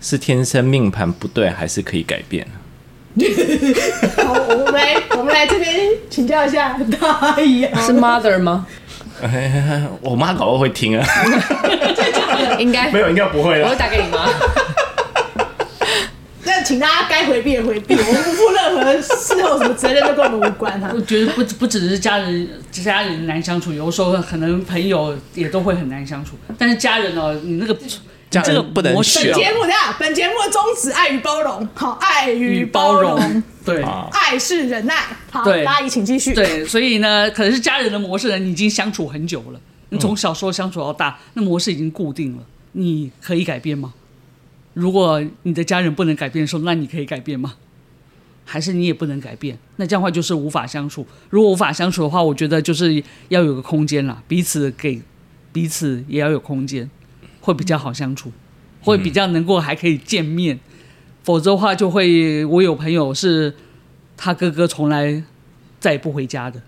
Speaker 1: 是天生命盘不对，还是可以改变？
Speaker 3: 好，我们来我们来这边请教一下大姨啊，
Speaker 6: 是 mother 吗？
Speaker 1: 我妈搞不好会听啊，
Speaker 6: 应该
Speaker 1: 没，有，应该不会啦
Speaker 6: 我会。打给你妈。
Speaker 3: 那请大家该回避的回避，我们不负任何事后什么责任都跟我们无关啊 哈、
Speaker 4: 我觉得不不只是家人，家人难相处，有时候可能朋友也都会很难相处。但是家人哦，你那 个
Speaker 1: 家人
Speaker 4: 你这个
Speaker 1: 不能
Speaker 4: 模式
Speaker 1: 选
Speaker 4: 哦
Speaker 3: 节目等一下，本节目的宗旨爱与包容，好，爱与
Speaker 4: 与
Speaker 3: 包
Speaker 4: 包
Speaker 3: 容，
Speaker 4: 容，对
Speaker 1: 啊
Speaker 3: 爱是忍耐，好，
Speaker 4: 对
Speaker 3: 大姨请继续。
Speaker 4: 对，所以呢，可能是家人的模式呢，你已经相处很久了，你从小时候相处到大，那模式已经固定了，你可以改变吗？如果你的家人不能改变的时候，那你可以改变吗？还是你也不能改变？那这样的话就是无法相处。如果无法相处的话，我觉得就是要有个空间啦，彼此给彼此也要有空间，会比较好相处，会比较能够还可以见面。否则的话，就会我有朋友是他哥哥从来再也不回家的，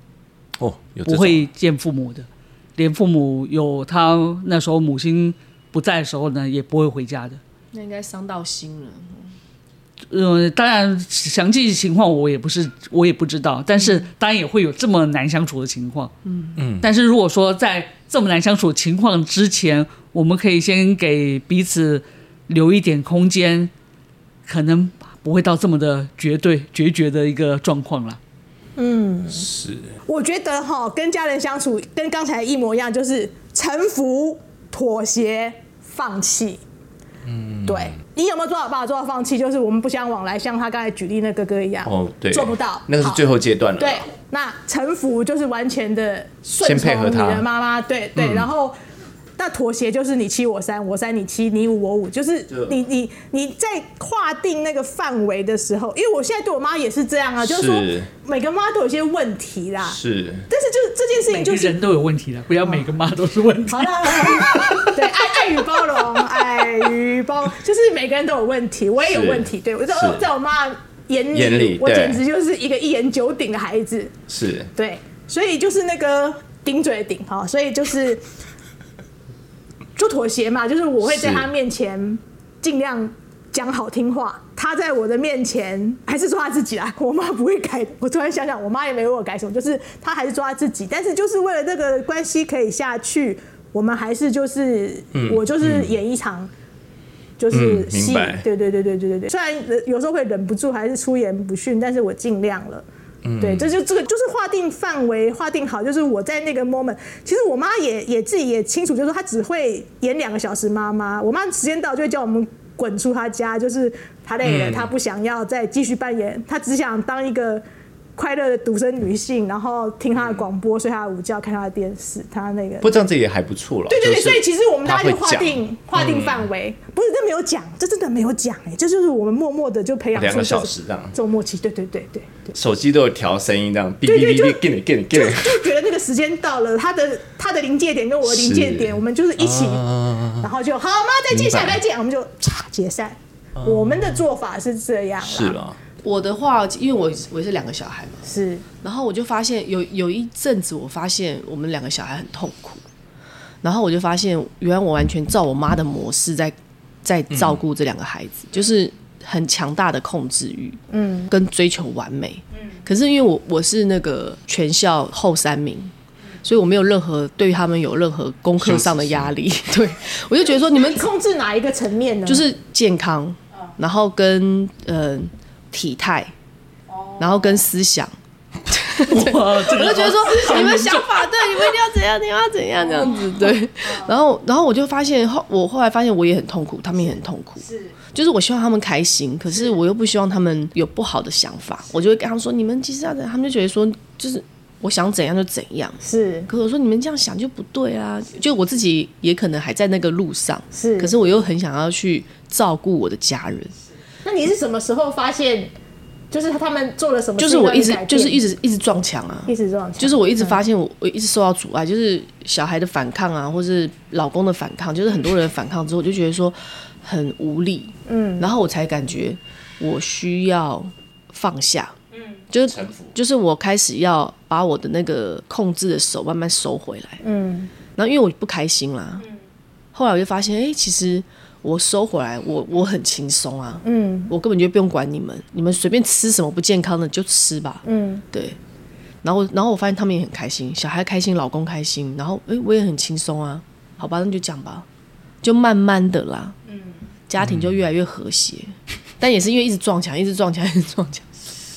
Speaker 1: 哦，有这
Speaker 4: 不
Speaker 1: 种
Speaker 4: 会见父母的，连父母有他那时候母亲不在的时候呢，也不会回家的。
Speaker 6: 那应该伤到心了。
Speaker 4: 呃，当然详细情况我也不是，我也不知道，但是当然也会有这么难相处的情况。嗯嗯，但是如果说在这么难相处的情况之前，我们可以先给彼此留一点空间，可能不会到这么的绝对决绝的一个状况啦。
Speaker 3: 我觉得哈，跟家人相处跟刚才一模一样，就是臣服、妥协、放弃。嗯，对，你有没有做到把做到放弃？就是我们不相往来，像他刚才举例那哥哥一样，
Speaker 1: 哦，对，
Speaker 3: 做不到，
Speaker 1: 那个是
Speaker 3: 好
Speaker 1: 最后阶段了。
Speaker 3: 对，那臣服就是完全的顺
Speaker 1: 先配
Speaker 3: 从
Speaker 1: 合
Speaker 3: 你
Speaker 1: 他嗯
Speaker 3: 的妈妈，对对，然后。那妥协就是你七我三，我三你七，你五我五，就是你你你在划定那个范围的时候，因为我现在对我妈也是这样啊，就是说
Speaker 1: 是
Speaker 3: 每个妈都有一些问题啦，
Speaker 1: 是
Speaker 3: 但是就是这件事情
Speaker 4: 每
Speaker 3: 就
Speaker 4: 个
Speaker 3: 是
Speaker 4: 人都有问题的，不要每个妈都是问 题
Speaker 3: 好。啦，好啦对，爱爱哎与包容，爱与包，就是每个人都有问题，我也有
Speaker 1: 是
Speaker 3: 问题，对我在
Speaker 1: 是
Speaker 3: 在我妈眼里，
Speaker 1: 眼里
Speaker 3: 我
Speaker 1: 对
Speaker 3: 简直就是一个一言九鼎的孩子，
Speaker 1: 是，
Speaker 3: 对，所以就是那个顶嘴顶哈，所以就是就妥协嘛，就是我会在
Speaker 1: 是
Speaker 3: 他面前尽量讲好听话，他在我的面前还是做他自己啦。 我妈不会改，我突然想想，我妈也没为我改什么，就是她还是做她自己，但是就是为了这个关系可以下去，我们还是就是、我就是演一场。就是
Speaker 1: 嗯
Speaker 3: 戏
Speaker 1: 明白
Speaker 3: 对对对对对对对。虽然呃有时候会忍不住，还是出言不逊，但是我尽量了。对，
Speaker 1: 嗯
Speaker 3: 这就这个就是划定范围，划定好，就是我在那个 moment。其实我妈也也自己也清楚，就是说她只会演两个小时妈妈。我妈时间到就会叫我们滚出她家，就是她累
Speaker 1: 嗯
Speaker 3: 了，她不想要再继续扮演，她只想当一个快乐的独生女性，然后听她的广播，睡她的午觉，看她的电视，她那个
Speaker 1: 不过这样子也还不错了。
Speaker 3: 对对
Speaker 1: 就
Speaker 3: 对，
Speaker 1: 是
Speaker 3: 所以其实我们大家就
Speaker 1: 他
Speaker 3: 划
Speaker 1: 会讲嗯
Speaker 3: 定划定范围，不是这没有讲，这真的没有讲哎、这就是我们默默的就培养
Speaker 1: 两
Speaker 3: 出
Speaker 1: 个
Speaker 3: 这
Speaker 1: 小
Speaker 3: 种
Speaker 1: 时这样
Speaker 3: 这种默契，对对对对对，
Speaker 1: 手机都有调声音这样，哔
Speaker 3: 对
Speaker 1: 哔
Speaker 3: 对
Speaker 1: 哔
Speaker 3: 就
Speaker 1: 哔，给你给你给你，
Speaker 3: 就觉得那个时间到了，他的他的临界点跟我的临界点，
Speaker 1: 是啊
Speaker 3: 我们就是一起，然后就好妈再见，
Speaker 1: 明白
Speaker 3: 下礼拜见，我们就嚓解散。我们的做法是这样 啦，
Speaker 1: 啊是啊了，
Speaker 6: 我的话，因为我我也是两个小孩嘛，
Speaker 3: 是
Speaker 6: 然后我就发现有有一阵子，我发现我们两个小孩很痛苦，然后我就发现，原来我完全照我妈的模式在在照顾这两个孩子，就是很强大的控制欲，嗯，跟追求完美，嗯。可是因为我我是那个全校后三名。所以我没有任何对于他们有任何功课上的压力， 对我就觉得说你们
Speaker 3: 控制哪一个层面呢？
Speaker 6: 就是健康，然后跟呃体态，然后跟思想，
Speaker 4: 哇，哦这个
Speaker 6: 我就觉 得说你们想法对，你们一定要怎样，你们要怎样 这样子对。然后，然后我就发现后，我后来发现我也很痛苦，他们也很痛苦。是，就是我希望他们开心，可是我又不希望他们有不好的想法，我就会跟他们说，你们其实要怎样，他们就觉得说，就是我想怎样就怎样。
Speaker 3: 是
Speaker 6: 可我说你们这样想就不对啊，就我自己也可能还在那个路上，
Speaker 3: 是
Speaker 6: 可是我又很想要去照顾我的家人，
Speaker 3: 那你是什么时候发现，就是他们做了什么事
Speaker 6: 就
Speaker 3: 让
Speaker 6: 是
Speaker 3: 你
Speaker 6: 我
Speaker 3: 改
Speaker 6: 一
Speaker 3: 变？
Speaker 6: 直就是一直一直撞墙啊，
Speaker 3: 一直这样，
Speaker 6: 就是我一直发现我我一直受到阻碍，就是小孩的反抗啊，或是老公的反抗，就是很多人的反抗之后，我就觉得说很无力，嗯，然后我才感觉我需要放下，嗯，就是就是我开始要把我的那个控制的手慢慢收回来，嗯，然后因为我不开心啦，后来我就发现，哎、其实我收回来，我我很轻松啊，嗯，我根本就不用管你们，你们随便吃什么不健康的就吃吧，嗯，对。然后然后我发现他们也很开心，小孩开心，老公开心，然后诶我也很轻松啊，好吧，那就这样吧，就慢慢的啦，嗯，家庭就越来越和谐，但也是因为一直撞墙，一直撞墙，一直撞墙，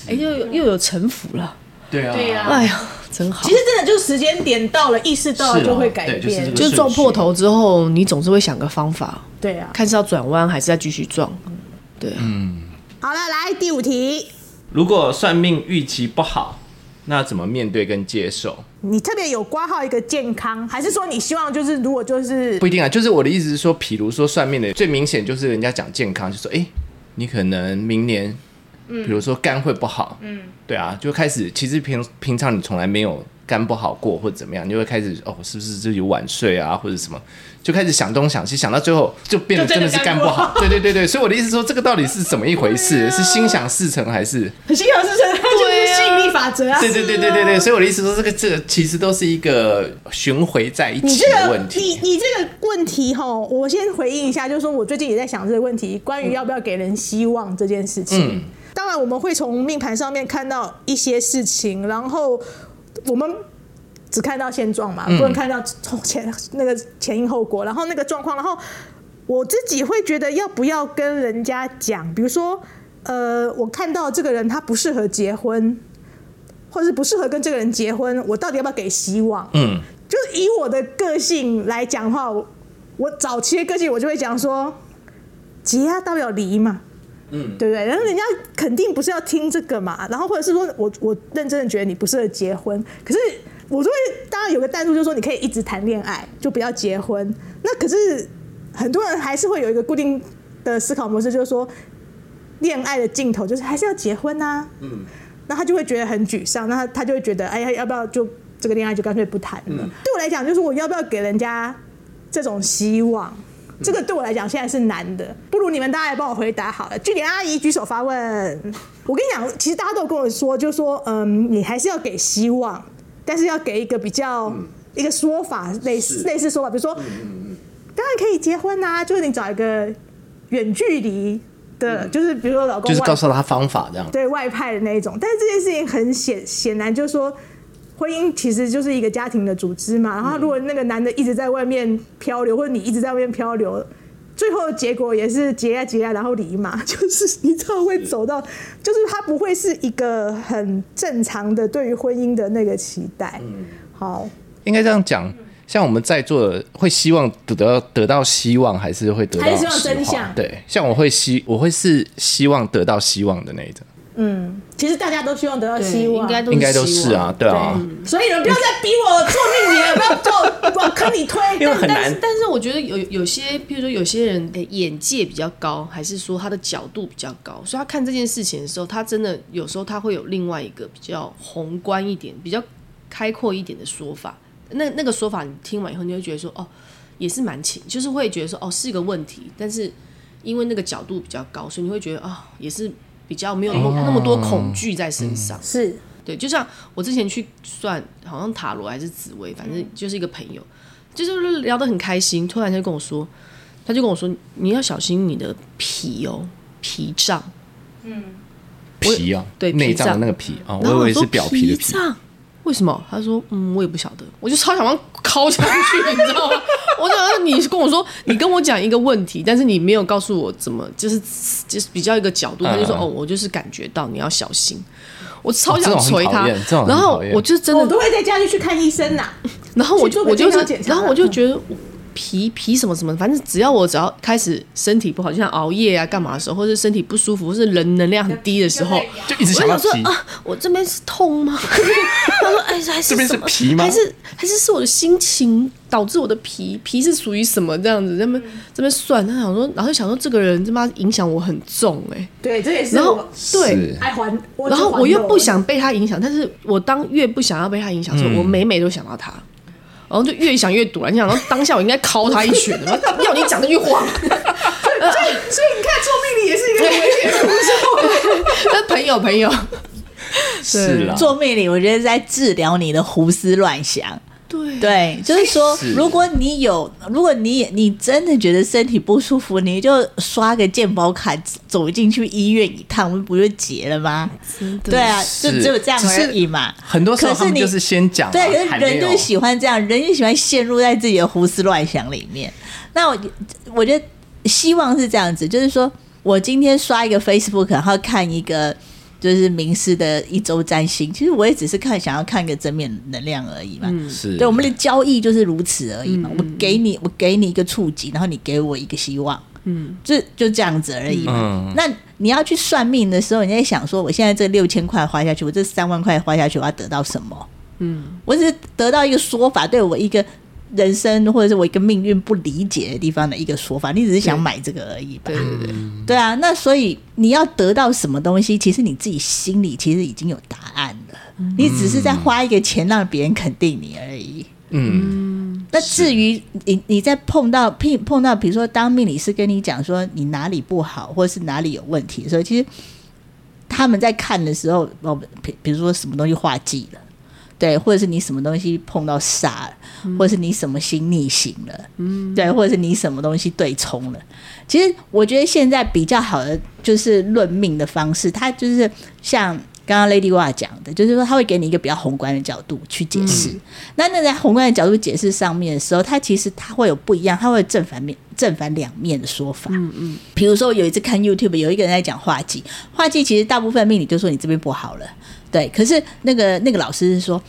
Speaker 6: 哎，又有又有城府了，
Speaker 1: 对啊，对啊，
Speaker 6: 哎呀，真好。
Speaker 3: 其实真的就是时间点到了，意识到了
Speaker 1: 是啊
Speaker 3: 就会改
Speaker 1: 对就是这
Speaker 3: 变
Speaker 1: 个。
Speaker 6: 就是撞破头之后，你总是会想个方法，
Speaker 3: 对啊。
Speaker 6: 看是要转弯还是再继续撞。对，
Speaker 3: 好了，来第五题，
Speaker 1: 如果算命预期不好，那怎么面对跟接受？
Speaker 3: 你特别有挂号一个健康，还是说你希望就是如果就是
Speaker 1: 不一定啊，就是我的意思是说，比如说算命的最明显就是人家讲健康，就说哎、诶你可能明年，
Speaker 3: 嗯
Speaker 1: 比如说肝会不好，嗯，对啊，就开始其实平平常你从来没有肝不好过或者怎么样，你就会开始哦，是不是自己晚睡啊或者什么，就开始想东想西，想到最后就变得
Speaker 3: 就真
Speaker 1: 真
Speaker 3: 的
Speaker 1: 的是肝不好，对对对对，所以我的意思是说，这个到底是怎么一回事？是心想事成还是？
Speaker 3: 很心想事成，它就是吸引力法则啊。
Speaker 1: 对对对对对对，所以我的意思说，这个这个其实都是一个循回在一
Speaker 3: 你
Speaker 1: 起
Speaker 3: 这
Speaker 1: 的
Speaker 3: 个
Speaker 1: 问，
Speaker 3: 你
Speaker 1: 题。
Speaker 3: 你这个问题哈，我先回应一下，就是说我最近也在想这个问题，关于要不要给人希望这件事情。
Speaker 1: 嗯
Speaker 3: 当然，我们会从命盘上面看到一些事情，然后我们只看到现状嘛，不能看到从前那个前因后果，然后那个状况，然后我自己会觉得要不要跟人家讲，比如说，呃，我看到这个人他不适合结婚，或者是不适合跟这个人结婚，我到底要不要给希望？
Speaker 1: 嗯，
Speaker 3: 就是以我的个性来讲的话，我我早期的个性我就会讲说，结啊，大不了离嘛，嗯，对不对？然后人家肯定不是要听这个嘛，然后或者是说我我认真的觉得你不适合结婚，可是我就会当然有个弹幕就是说你可以一直谈恋爱，就不要结婚。那可是很多人还是会有一个固定的思考模式，就是说恋爱的尽头就是还是要结婚啊，那他就会觉得很沮丧，那他他就会觉得，哎呀，要不要就这个恋爱就干脆不谈了？对我来讲，就是我要不要给人家这种希望，这个对我来讲现在是难的。不如你们大家来帮我回答好了。据点阿姨举手发问，我跟你讲，其实大家都有跟我说，就说，嗯，你还是要给希望，但是要给一个比较、一个说法，类似类似说法，比如说，当然可以结婚啊，就是你找一个远距离的，就是比如说老公
Speaker 1: 就是
Speaker 3: 外
Speaker 1: 告诉他方法这样。
Speaker 3: 对外派的那一种。但是这件事情很显显然就是说，婚姻其实就是一个家庭的组织嘛。然后如果那个男的一直在外面漂流，或者你一直在外面漂流。最后的结果也是结呀结呀，啊然后离嘛， 就是你知道会走到，就是他不会是一个很正常的对于婚姻的那个期待。
Speaker 1: 嗯
Speaker 3: 好，
Speaker 1: 应该这样讲，像我们在座的会希望得到得到希望，还是会得到
Speaker 3: 还是希望
Speaker 1: 实话
Speaker 3: 真相
Speaker 1: 对，像我会希我会是希望得到希望的那一种，
Speaker 3: 其实大家都希望得到
Speaker 6: 对
Speaker 3: 希望，
Speaker 6: 应该都
Speaker 1: 应该都
Speaker 6: 希
Speaker 1: 是
Speaker 6: 望。
Speaker 1: 啊，对啊，
Speaker 3: 所以你们不要再逼我做命理了，不要叫我往坑里推。
Speaker 1: 因为很
Speaker 6: 但
Speaker 1: 难
Speaker 6: 是，。但是我觉得有有些，譬如说有些人的眼界比较高，还是说他的角度比较高，所以他看这件事情的时候，他真的有时候他会有另外一个比较宏观一点、比较开阔一点的说法。那那个说法你听完以后，你会觉得说，哦，也是蛮情，就是会觉得说，哦，是一个问题，但是因为那个角度比较高，所以你会觉得啊、也是比较没有那么那么多恐惧在身上。
Speaker 3: 是
Speaker 6: 对，就像我之前去算，好像塔罗还是紫薇，反正就是一个朋友，就是聊得很开心，突然他就跟我说，他就跟我说，你要小心你的脾哦，脾脏。
Speaker 1: 皮啊，
Speaker 6: 对
Speaker 1: 内
Speaker 6: 脾
Speaker 1: 脏的
Speaker 6: 脏
Speaker 1: 那个皮啊，
Speaker 6: 然后
Speaker 1: 我以为
Speaker 6: 说
Speaker 1: 是表皮的皮，
Speaker 6: 脏，为什么？他说，嗯，我也不晓得，我就超想往敲下去，你知道吗？ 我想说你跟我说，你跟我讲一个问题，但是你没有告诉我怎么，就是就是比较一个角度，他就说，
Speaker 1: 嗯嗯
Speaker 6: 哦，我就是感觉到你要小心。我超
Speaker 1: 哦这
Speaker 6: 想
Speaker 1: 种很
Speaker 6: 捶
Speaker 1: 讨
Speaker 6: 他
Speaker 1: 厌这种，很
Speaker 6: 然后
Speaker 1: 讨厌
Speaker 6: 我就真的
Speaker 3: 我都会在家就去看医生呐、
Speaker 6: 然后我
Speaker 3: 去做
Speaker 6: 就我就
Speaker 3: 个健康
Speaker 6: 是
Speaker 3: 检，查
Speaker 6: 然后我就觉得我皮皮什么什么，反正只要我只要开始身体不好，就像熬夜啊干嘛的时候，或是身体不舒服，或是人能量很低的时候，
Speaker 1: 就一直
Speaker 6: 我
Speaker 1: 想
Speaker 6: 就
Speaker 1: 要
Speaker 6: 想说
Speaker 1: 皮，
Speaker 6: 啊，我这边是痛吗？ 他说哎，还
Speaker 1: 这
Speaker 6: 是
Speaker 1: 边是
Speaker 6: 什么？
Speaker 1: 皮吗
Speaker 6: 还是还是是我的心情导致我的皮皮是属于什么这样子？这边这边算，他想说，然后就想说这个人他妈影响我很重哎、
Speaker 3: 对，哎这也是
Speaker 6: 然后
Speaker 3: 我
Speaker 6: 对
Speaker 1: 是。
Speaker 3: 爱还，我
Speaker 6: 然后
Speaker 3: 只还
Speaker 6: 我又
Speaker 3: 了
Speaker 6: 不，想被他影响，但是我当越不想要被他影响的时
Speaker 1: 嗯
Speaker 6: 候，我每每都想到他，然后就越想越堵了。你想，然后当下我应该敲他一拳，然后要你讲这句话吗。
Speaker 3: 所以你看做命理也是一个很危险的东西。
Speaker 6: 但朋友朋友，
Speaker 1: 是啦，
Speaker 5: 做命理，我觉得在治疗你的胡思乱想。
Speaker 6: 对
Speaker 5: 对，就是说，如果你有，如果你你真的觉得身体不舒服，你就刷个健保卡走进去医院一趟，不就结了吗？对啊，就是只有这样
Speaker 1: 只是
Speaker 5: 而已嘛。
Speaker 1: 很多时候
Speaker 5: 可是
Speaker 1: 他们
Speaker 5: 你
Speaker 1: 就是先讲啊，
Speaker 5: 对，可
Speaker 1: 还
Speaker 5: 是人
Speaker 1: 没
Speaker 5: 就
Speaker 1: 有
Speaker 5: 喜欢这样，人就喜欢陷入在自己的胡思乱想里面。那我我觉得希望是这样子，就是说我今天刷一个 Facebook，然后看一个就是名师的一周占星，其实我也只是看想要看个正面能量而已嘛。
Speaker 1: 是
Speaker 5: 对，我们的交易就是如此而已嘛。我给你，我给你一个触及，然后你给我一个希望，嗯，就就这样子而已嘛。
Speaker 1: 嗯
Speaker 5: 那你要去算命的时候，你在想说，我现在这六千块花下去，我这三万块花下去，我要得到什么？嗯，我只是得到一个说法，对我一个人生或者是我一个命运不理解的地方的一个说法，你只是想买这个而已吧？
Speaker 6: 对对对，
Speaker 5: 对啊，那所以你要得到什么东西，其实你自己心里其实已经有答案了，你只是在花一个钱让别人肯定你而已。
Speaker 1: 嗯
Speaker 5: 那至于你你在碰到碰碰到，比如说当命理师跟你讲说你哪里不好，或是哪里有问题的时候，其实他们在看的时候，哦，比比如说什么东西化忌了。对，或者是你什么东西碰到煞了，或者是你什么星逆行了，嗯，对，或者是你什么东西对冲了。其实我觉得现在比较好的就是论命的方式，它就是像刚刚 Lady Wa 讲的，就是说他会给你一个比较宏观的角度去解释。那那在宏观的角度解释上面的时候，它其实它会有不一样，它会有正反面、正反两面的说法。嗯嗯。比如说，我有一次看 YouTube，有一个人在讲画技，画技其实大部分命理就说你这边不好了，对。可是那个那个老师是说，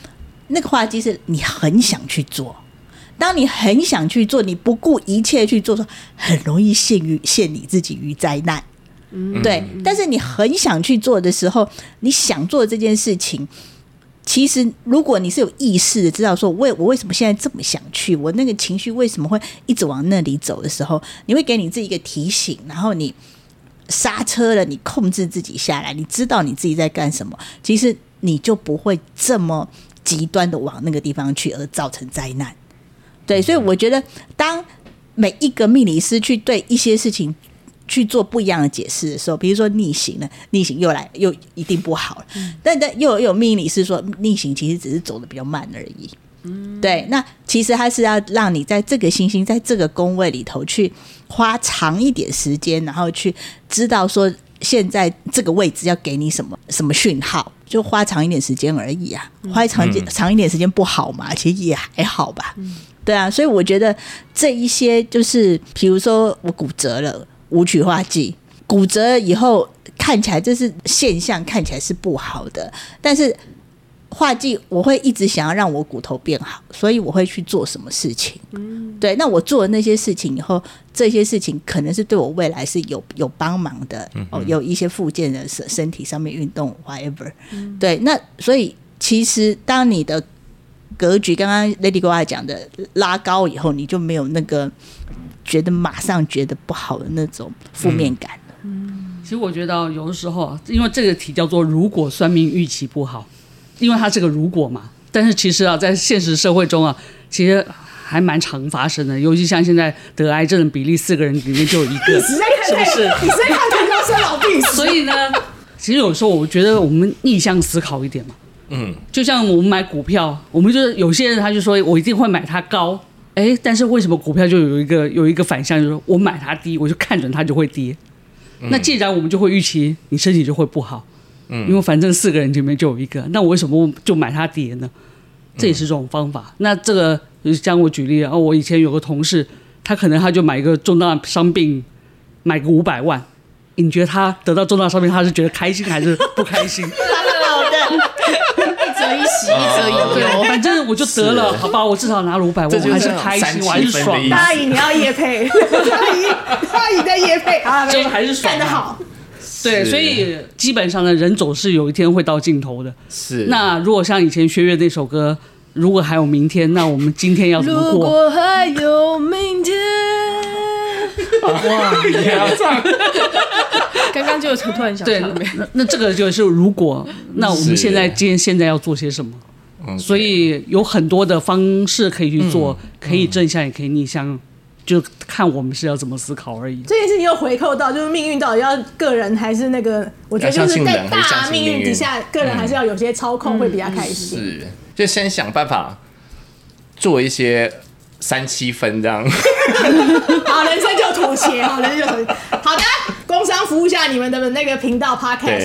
Speaker 5: 那个画技是你很想去做。当你很想去做，你不顾一切去做，的时候，很容易陷于陷你自己于灾难。对，但是你很想去做的时候，你想做这件事情，其实如果你是有意识的知道说，为我为什么现在这么想去，我那个情绪为什么会一直往那里走的时候，你会给你自己一个提醒，然后你刹车了，你控制自己下来，你知道你自己在干什么，其实你就不会这么极端的往那个地方去，而造成灾难。对，所以我觉得，当每一个命理师去对一些事情去做不一样的解释的时候，比如说逆行了，逆行又来又一定不好了，但但又又有命理师说逆行其实只是走的比较慢而已。对，那其实它是要让你在这个星星，在这个宫位里头去花长一点时间，然后去知道说现在这个位置要给你什么什么讯号，就花长一点时间而已啊。花长、
Speaker 1: 嗯
Speaker 5: 长一点时间不好嘛，其实也还好吧。对啊，所以我觉得这一些就是，比如说我骨折了，舞曲化忌，骨折了以后看起来这是现象，看起来是不好的，但是画技，我会一直想要让我骨头变好，所以我会去做什么事情。对，那我做了那些事情以后，这些事情可能是对我未来是有有帮忙的，哦，有一些附件的身身体上面运动 whatever。对，那所以其实当你的格局刚刚 Lady Gaga 讲的拉高以后，你就没有那个觉得马上觉得不好的那种负面感了。
Speaker 4: 其实我觉得有的时候啊，因为这个题叫做“如果算命预期不好”，因为它是个“如果”嘛。但是其实啊，在现实社会中啊，其实还蛮常发生的，尤其像现在得癌症的比例，四个人里面就有一个，
Speaker 3: 你在看
Speaker 4: 是不是？
Speaker 3: 你在看唐教授老病死，
Speaker 4: 所以呢，其实有时候我觉得我们逆向思考一点嘛，
Speaker 1: 嗯，
Speaker 4: 就像我们买股票，我们就是有些人他就说我一定会买它高，哎，但是为什么股票就有一个有一个反向，就是我买它低，我就看准它就会跌。那既然我们就会预期你身体就会不好，嗯，因为反正四个人里面就有一个，那我为什么就买它跌呢？这也是这种方法。那这个就是像我举例啊，哦我以前有个同事，他可能他就买一个重大伤病，买个五百万，你觉得他得到重大伤病，他是觉得开心还是不开心？
Speaker 6: 一则一喜，一则一 忧。
Speaker 4: 对，反正我就得了，好吧，我至少拿了五百
Speaker 1: 这
Speaker 4: 万，
Speaker 1: 就是
Speaker 4: 我还是开
Speaker 1: 三
Speaker 4: 心，
Speaker 1: 七
Speaker 4: 我还是
Speaker 1: 分的
Speaker 4: 爽
Speaker 1: 意思
Speaker 4: 的，
Speaker 3: 大姨你要夜配， 大姨大姨在夜配啊，
Speaker 4: 就是还是爽
Speaker 3: 干
Speaker 4: 的
Speaker 3: 得好，
Speaker 4: 对，
Speaker 1: 是
Speaker 4: 所以基本上呢，人总是有一天会到尽头的。
Speaker 1: 是
Speaker 4: 那如果像以前薛岳那首歌，如果还有明天，那我们今天要怎么
Speaker 6: 如
Speaker 4: 哦过？
Speaker 6: 果还有明天，刚刚就突然想
Speaker 4: 对，
Speaker 6: 到
Speaker 4: 那，那那这个就是如果，那我们
Speaker 1: 是
Speaker 4: 现在今天现在要做些什么？
Speaker 1: 嗯
Speaker 4: 所以有很多的方式可以去做，可
Speaker 1: 嗯
Speaker 4: 以正向也可以逆向，就看我们是要怎么思考 而已。
Speaker 3: 这件事情又回扣到，就是命运到底要个人还是那个？我觉得就
Speaker 1: 要相
Speaker 3: 是
Speaker 1: 信
Speaker 3: 在
Speaker 1: 人还是相
Speaker 3: 大
Speaker 1: 信
Speaker 3: 命
Speaker 1: 命
Speaker 3: 运
Speaker 1: 运嗯
Speaker 3: 嗯底下，个人还是要有些操控会比较开心。
Speaker 1: 是，就先想办法做一些三七分这样。
Speaker 3: 好，人生就妥协，好，人生就妥 协。好的，工商服务一下你们的那个频道
Speaker 1: 对，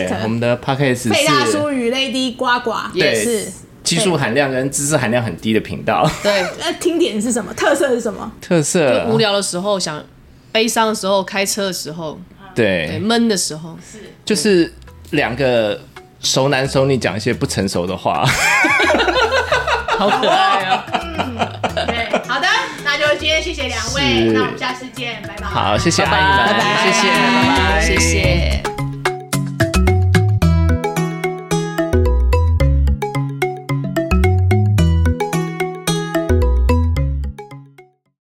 Speaker 1: 我
Speaker 3: podcast，
Speaker 1: 们的 podcast
Speaker 3: 费大叔
Speaker 1: 是
Speaker 3: 与 Lady 呱呱
Speaker 1: 对
Speaker 3: 也是。
Speaker 1: 技术含量跟知识含量很低的频道，
Speaker 6: 对，
Speaker 3: 那听点是什么？特色是什么？
Speaker 1: 特色
Speaker 6: 无聊的时候想，悲伤的时候，开车的时候，对，
Speaker 1: 对，
Speaker 6: 闷的时候，
Speaker 1: 就是两个熟男熟女讲一些不成熟的话。
Speaker 4: 好可爱啊！
Speaker 3: 对，好的，那就今天谢谢两位
Speaker 1: 是，
Speaker 3: 那我们下次见，拜拜。
Speaker 1: 好，谢谢阿姨们，
Speaker 6: 拜
Speaker 1: 谢
Speaker 6: 拜
Speaker 1: 谢，拜拜，
Speaker 6: 谢谢。